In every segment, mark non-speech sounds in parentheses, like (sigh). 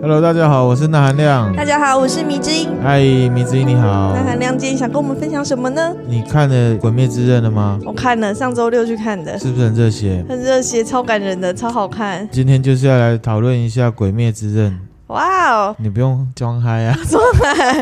Hello，大家好，我是那含亮。大家好，我是迷之音。嗨，米子英你好那。韩亮今天想跟我们分享什么呢？你看了《鬼灭之刃》了吗？我看了，上周六去看的，是不是很热血？很热血，超感人的，超好看。今天就是要来讨论一下《鬼灭之刃》，哇哦，你不用装嗨啊。 (laughs)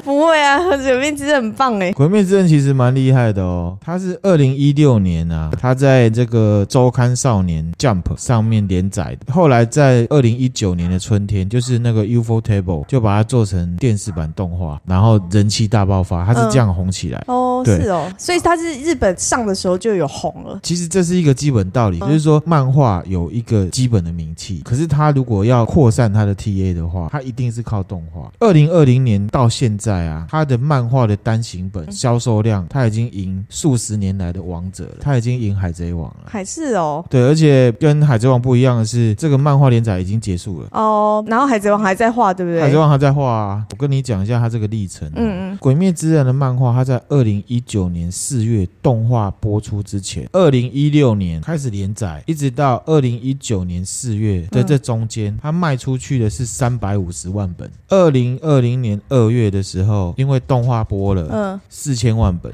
不会啊，鬼面真的很棒哎《。鬼灭之刃》其实蛮厉害的哦，它是二零一六年啊，它在这个周刊少年 Jump 上面连载的。后来在二零一九年的春天，就是那个 UFO Table 就把它做成电视版动画，然后人气大爆发，它是这样红起来。哦，对是哦，所以它是日本上的时候就有红了。其实这是一个基本道理，嗯就是说漫画有一个基本的名气，可是它如果要扩散它的 TA 的话，它一定是靠动画。二零二零年到现在啊，它的漫画的单行嗯本销售量，它已经赢数十年来的王者了，它已经赢海贼王了。还是哦，对，而且跟海贼王不一样的是，这个漫画连载已经结束了。哦，然后海贼王还在画，对不对？海贼王还在画啊，我跟你讲一下它这个历程。啊嗯嗯《鬼灭之刃》的漫画，它在二零一九年四月动画播出之前，二零一六年开始连载，一直到二零一九年四月的这中间，它卖出去的是三百五十万本。二零二零年二月的时候，因为动画播了嗯，四千万本，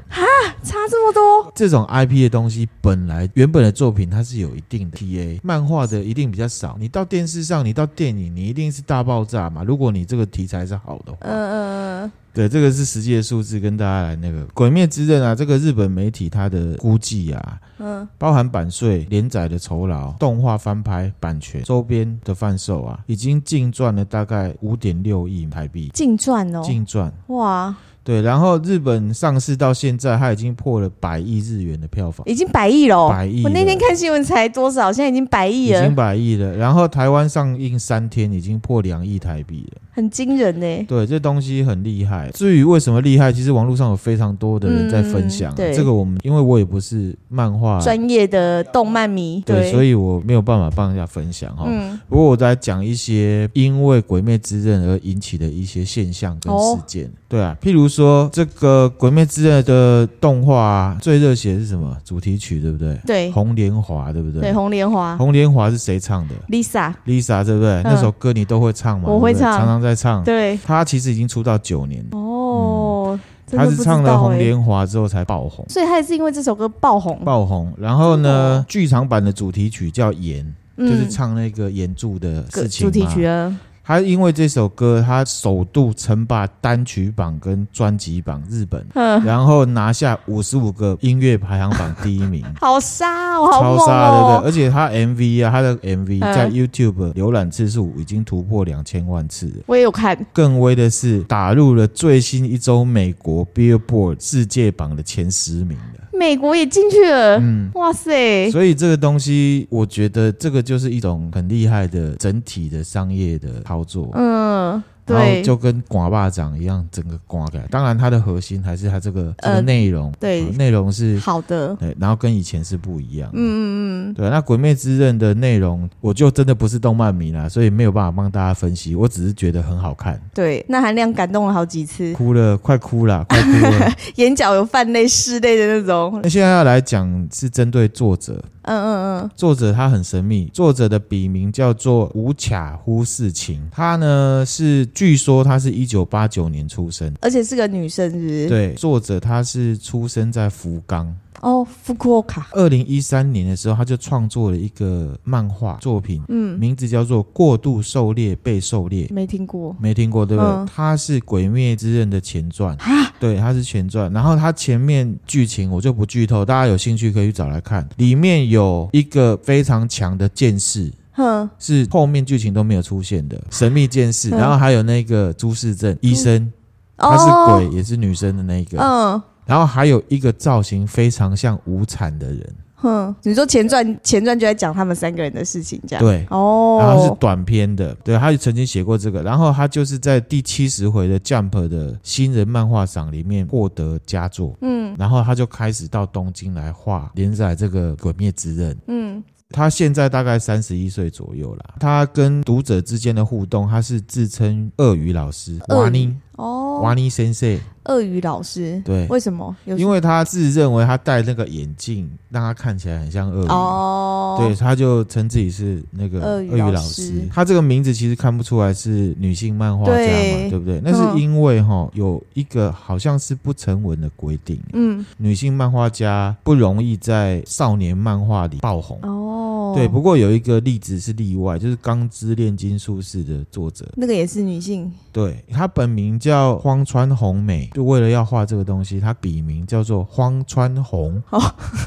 差这么多，这种 IP 的东西，本来原本的作品它是有一定的 TA，漫画的一定比较少。你到电视上，你到电影，你一定是大爆炸嘛。如果你这个题材是好的话，嗯嗯嗯对，这个是实际的数字，跟大家来那个《鬼灭之刃》啊，这个日本媒体它的估计啊，嗯，包含版税、连载的酬劳、动画翻拍、版权、周边的贩售啊，已经净赚了大概五点六亿台币，净赚哦，净赚。哇，对，然后日本上市到现在，它已经破了百亿日元的票房，已经百亿了哦。百亿了我那天看新闻才多少，现在已经百已亿了经，百亿了。然后台湾上映三天，已经破两亿台币了。很惊人欸呢。对，这东西很厉害。至于为什么厉害，其实网络上有非常多的人在分享啊、嗯对这个我们因为我也不是漫画专业的动漫迷，啊对，所以以哦我没有办法帮人家分享哈、嗯，不过我在讲一些因为《鬼灭之刃》而引起的一些现象跟哦事件。对啊，譬如说这个《鬼灭之刃》的动画、啊、最热血的是什么？主题曲对不对？对红莲华对不对？对，红莲华红莲华是谁唱的 Lisa， ？Lisa 对不对？嗯那首歌你都会唱吗？我会对不对唱常常在唱。对，他其实已经出道九年了。哦，真嗯他的不是知唱了《道红欸，莲华》之后才爆红，所以他也是因为这首歌爆红，爆红。然后真的呢哦，剧场版的主题曲叫《盐》，嗯就是唱那个岩柱的歌事情主嘛题曲。啊，他因为这首歌，他首度称霸单曲榜跟专辑榜日 (laughs) 本，嗯，然后拿下五十五个音乐排行榜第一名。好杀 (laughs) 哦，好超猛杀，对不对？哦，而且他 MV 啊，他的 MV 嗯在 YouTube 浏览次数已经突破两千万次了。我也有看，更威的是，打入了最新一周美国 Billboard 世界榜的前十名了。美国也进去了，嗯，哇塞，所以这个东西，我觉得这个就是一种很厉害的整体的商业的操作。嗯，然后对，就跟刮霸掌一样，整个刮改。当然，它的核心还是它这个这个呃内容，对呃内容是好的，对，然后跟以前是不一样。嗯，嗯嗯，对，啊那《鬼灭之刃》的内容，我就真的不是动漫迷啦，所以没有办法帮大家分析。我只是觉得很好看，对，那韩亮感动了好几次，哭了，快哭了，快哭了。 (laughs) 眼角有泛泪、湿泪的那种，那现在要来讲是针对作者，嗯嗯嗯，作者他很神秘，作者的笔名叫做吴卡忽世情，他呢是据说他是一九八九年出生，而且是个女生，是不是？，对，作者他是出生在福冈，哦，福库卡，二零一三年的时候他就创作了一个漫画作品，嗯，名字叫做《过度狩猎被狩猎》。没听过，没听过对不对？嗯啊它是《鬼灭之刃》的前传，对，它是前传。然后它前面剧情我就不剧透，大家有兴趣可以去找来看。里面有一个非常强的剑士，哼，是后面剧情都没有出现的神秘剑士，嗯然后还有那个朱世正医生，他哦，是鬼也是女生的那一个，嗯。然后还有一个造型非常像无产的人，哼，你说前传前传就在讲他们三个人的事情，这样对然后是哦，短篇的，对，他曾经写过这个，然后他就是在第七十回的 Jump 的新人漫画赏里面获得佳作，嗯然后他就开始到东京来画连载这个《鬼灭之刃》。嗯他现在大概三十一岁左右啦。他跟读者之间的互动，他是自称鳄鱼老师鳄鱼瓦尼，哦瓦，尼先生，鳄鱼老师，对为什么？有因为他自认为他戴那个眼镜，让他看起来很像鳄鱼。哦，对，，他就称自己是那个鳄鳄鱼鱼老老师师。他这个名字其实看不出来是女性漫画家嘛，对对不对？那是因为哈有一个好像是不成文的规定，嗯，女性漫画家不容易在少年漫画里爆红。哦，对，不过有一个例子是例外，就是《钢之炼金术士》的作者，那个也是女性，对他本名叫荒川弘美，就为了要画这个东西，他笔名叫做荒川弘。哦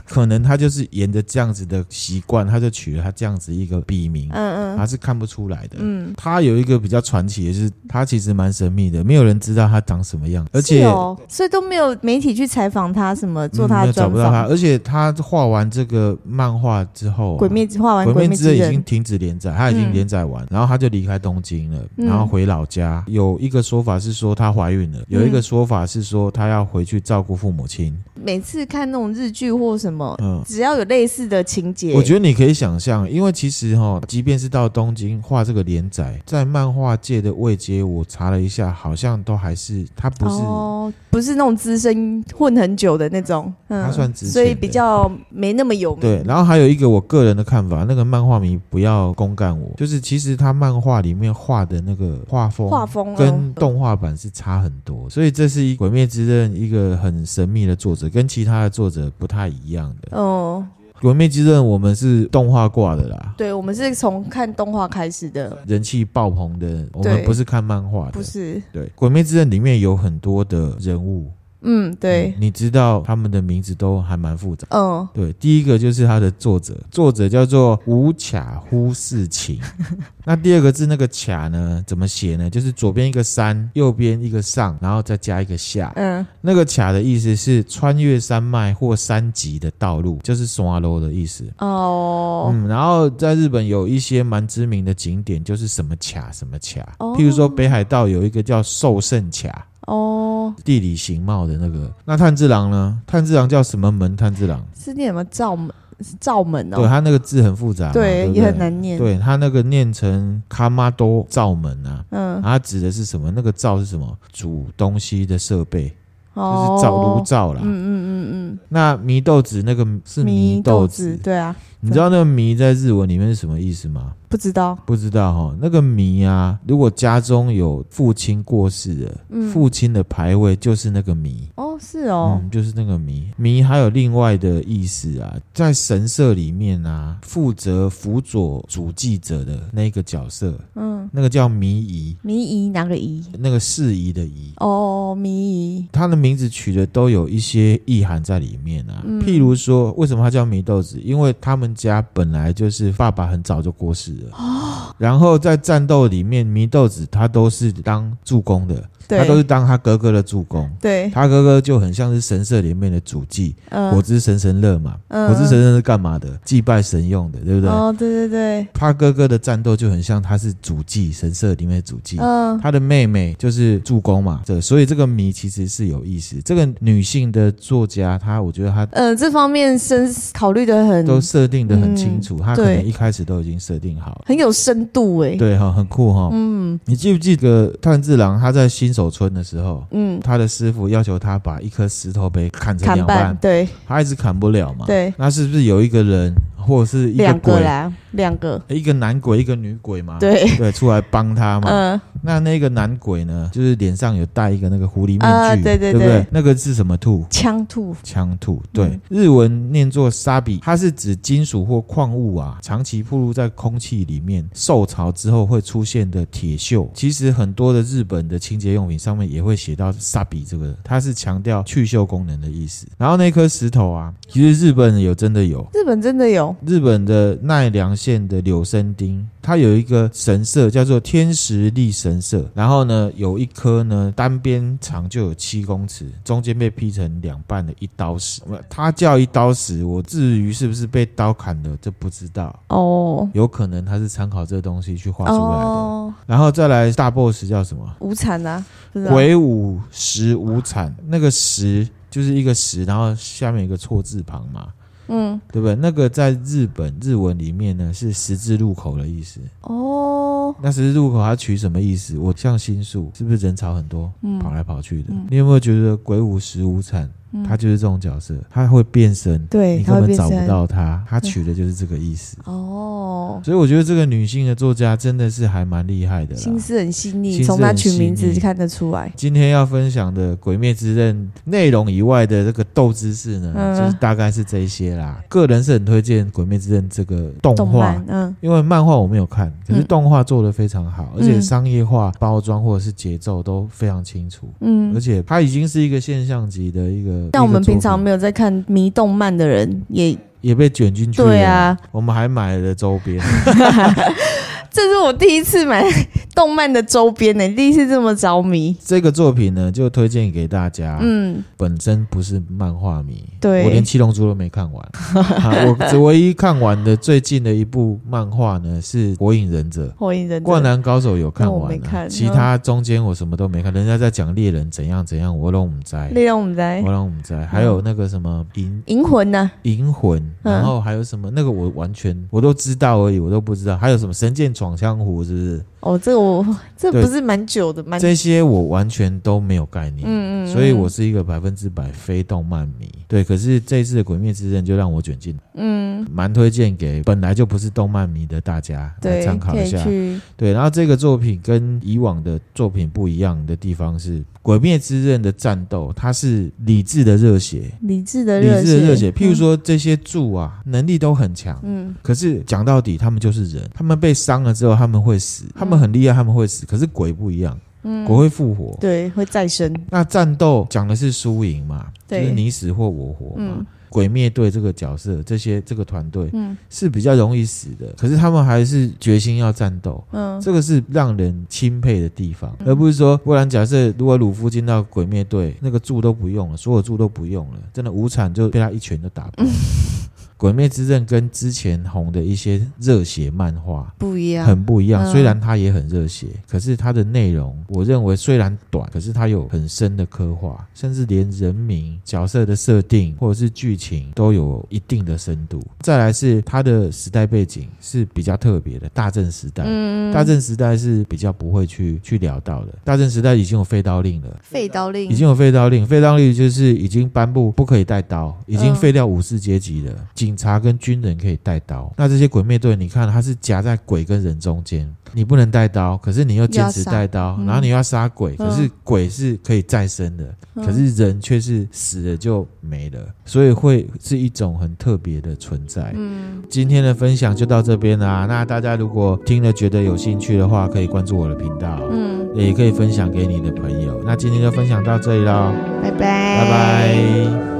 可能他就是沿着这样子的习惯，他就取了他这样子一个笔名，嗯嗯他是看不出来的。嗯，他有一个比较传奇的是，他其实蛮神秘的，没有人知道他长什么样，而且是哦，所以都没有媒体去采访他，什么做嗯他没的有找专不到他，访。而且他画完这个漫画之后、啊，鬼灭之画完《鬼鬼灭灭之刃已经刃》，停止连载，他已经嗯连载完，然后他就离开东京了，嗯然后回老家。有一个说法是说她怀孕了，有一个说法是说她要回去照顾父母亲。每次看那种日剧或什么，嗯，只要有类似的情节，我觉得你可以想象，因为其实哈、即便是到东京画这个连载，在漫画界的位阶，我查了一下，好像都还是他不是。哦，不是那种资深混很久的那种，嗯，他算资深的所以比较没那么有名。对，然后还有一个我个人的看法，那个漫画迷不要公干我，就是其实他漫画里面画的那个画风，画风哦跟动画版是差很多，所以这是一《鬼灭之刃》一个很神秘的作者，跟其他的作者不太一样的。哦， 《鬼灭之刃》我们是动画挂的啦，对，我们是从看动画开始的，人气爆棚的，我对们不是看漫画的不。是？对，《鬼灭之刃》里面有很多的人物，嗯，嗯对，你知道他们的名字都还蛮复杂。嗯，对，第一个就是他的作者，作者叫做吴卡忽视 (laughs) 情。那第二个字那个卡呢，怎么写呢？就是左边一个山，右边一个上，然后再加一个下。嗯，那个卡的意思是穿越山脉或山脊的道路，就是松阿楼的意思。哦，嗯，然后在日本有一些蛮知名的景点，就是什么卡什么卡，哦譬如说北海道有一个叫寿胜卡，哦，地理形貌的那个。那炭治郎呢？炭治郎叫什么门？炭治郎，是念什么赵门？是赵门对哦，他那个字很复杂嘛，对不对，也很。难念。，对他那个念成卡玛多灶门啊，嗯，它指的是什么？那个灶是什么？煮东西的设备，哦，就是灶炉灶啦。嗯嗯嗯那祢豆子那个是嗯，祢豆豆子，对啊，你知道那个祢在日文里面是什么意思吗？不知道，不知道哈，那个祢啊，如果家中有父亲过世的，嗯父亲的牌位就是那个祢。哦，是哦，嗯，就是那个迷迷，还有另外的意思啊，在神社里面啊，负责辅佐主祭者的那个角色，嗯，那个叫迷仪，迷姨哪个姨？那个事宜的宜，哦，迷姨，他的名字取的都有一些意涵在里面啊。嗯譬如说，为什么他叫祢豆子？因为他们家本来就是爸爸很早就过世了，哦然后在战斗里面，祢豆子他都是当助攻的，他都对是当他哥哥的助攻。对，他哥哥就很像是神社里面的主祭，嗯，火之神神乐嘛，嗯火之神神是干嘛的？祭拜神用的，对不对？哦，对对对，他哥哥的战斗就很像他是主祭，神社里面的主祭。嗯，他的妹妹就是助攻嘛，这所以这个谜其实是有意思。这个女性的作家，她我觉得她呃，这方面深考虑的很都设定的很清楚，她可能嗯对一开始都已经设定好了。很有深度哎、对哈，很酷哈。嗯你记不记得炭治郎他在新手村的时候，嗯，他的师傅要求他把一颗石头被砍成砍两半，对他一直砍不了嘛。，对，那是不是有一个人或者是一个两鬼个啦，两个，一个男鬼，一个女鬼嘛？对，对，出来帮他嘛。嗯那那个男鬼呢，就是脸上有戴一个那个狐狸面具，啊对对不对对？那个是什么兔？枪兔，枪兔，对，嗯日文念作沙比，它是指金属或矿物啊，长期暴露在空气里面受潮之后会出现的铁锈。其实很多的日本的清洁用品上面也会写到沙比这个，它是强调去锈功能的意思。然后那颗石头啊，其实日本有真的有，日本真的有，日本的奈良县的柳生町，它有一个神社叫做天石立神社，然后呢，有一棵呢单边长就有七公尺，中间被劈成两半的一刀石，它叫一刀石，我至于是不是被刀砍的，这不知道，哦有可能它是参考这东西去画出来的。哦，然后再来大 boss 叫什么？无产啊，不知道鬼舞石无惨，那个石就是一个石，然后下面有一个错字旁嘛。嗯对不对？那个在日本日文里面呢是十字路口的意思，哦，那十字路口它取什么意思？我像新宿是不是人潮很多，嗯跑来跑去的？嗯你有没有觉得鬼舞十五产嗯他就是这种角色，他会变身，对你它根本会变找不身到他，他取的就是这个意思。哦，所以我觉得这个女性的作家真的是还蛮厉害的啦。心思很细心腻，思从他很取细名字腻看得出来。今天要分享的《鬼灭之刃》内容以外的这个斗知识呢，嗯就是大概是这一些啦。个人是很推荐《鬼灭之刃》这个动动画漫，，嗯因为漫画我没有看，可是嗯动画做的非常好，而且嗯商业化、包装或者是节奏都非常清楚，而嗯，且它已经是一个现象级的一个。像我们一个作品平常没有在看迷动漫的人，也也被卷进去了，对啊，我们还买了周 (laughs) 边，这是我第一次买动漫的周边呢，第一次这么着迷。这个作品呢，就推荐给大家。嗯，本身不是漫画迷，对啊我连《七龙珠》都没看完。 (laughs) 啊、我只唯一看完的最近的一部漫画呢是《火影忍者》。火影忍者灌篮高手有看那我完、没啊，看其他中间我什么都没看。人家在讲猎人怎样怎样，我拢唔在，内容我们在我拢唔在。还有那个什么银银魂呢，银魂，嗯然后还有什么那个我完全我都知道而已，我都不知道。还有什么神剑闯江湖是不是？哦，这个我这对不是蛮久的，蛮这些我完全都没有概念，嗯嗯嗯所以我是一个百分之百非动漫迷。对，可是这一次的《鬼灭之刃》就让我卷进，嗯，蛮推荐给本来就不是动漫迷的大家来对，参考可一以下。去对，然后这个作品跟以往的作品不一样的地方是，《鬼灭之刃》的战斗它是理智的热血，理智的理热智血，的热血。譬如说这些柱啊，能力都很强，嗯，可是讲到底，他们就是人，他们被伤了之后他们会死，他们很厉害，他们会死。可是鬼不一样，嗯鬼嗯，会复活。对，会再生，那战斗讲的是输赢嘛，就对是你死或我活嘛。嗯鬼灭队这个角色，这些这个团队嗯是比较容易死的，可是他们还是决心要战斗，嗯，这个是让人钦佩的地方，而不是说，不然假设如果鲁夫进到鬼灭队，那个柱都不用了，所有柱都不用了，真的无惨就被他一拳就打爆。 (laughs) 鬼灭之刃跟之前红的一些热血漫画，不一样，很不一样。嗯虽然它也很热血，可是它的内容，我认为虽然短，可是它有很深的刻画，甚至连人名、角色的设定或者是剧情都有一定的深度。再来是它的时代背景是比较特别的，大正时代。嗯，大正时代是比较不会去去聊到的。大正时代已经有废刀令了，废刀令已经有废刀令，废刀令就是已经颁布不可以带刀，已经嗯废掉武士阶级了，警察跟军人可以带刀。那这些鬼灭队，你看它是夹在鬼跟人中间，你不能带刀，可是你又坚持带刀，要杀嗯然后你又要杀鬼，嗯可是鬼是可以再生的，嗯可是人却是死了就没了，所以会是一种很特别的存在。嗯，今天的分享就到这边啦、那大家如果听了觉得有兴趣的话，可以关注我的频道。嗯，也可以分享给你的朋友。那今天就分享到这里喽。嗯拜拜，拜拜。拜。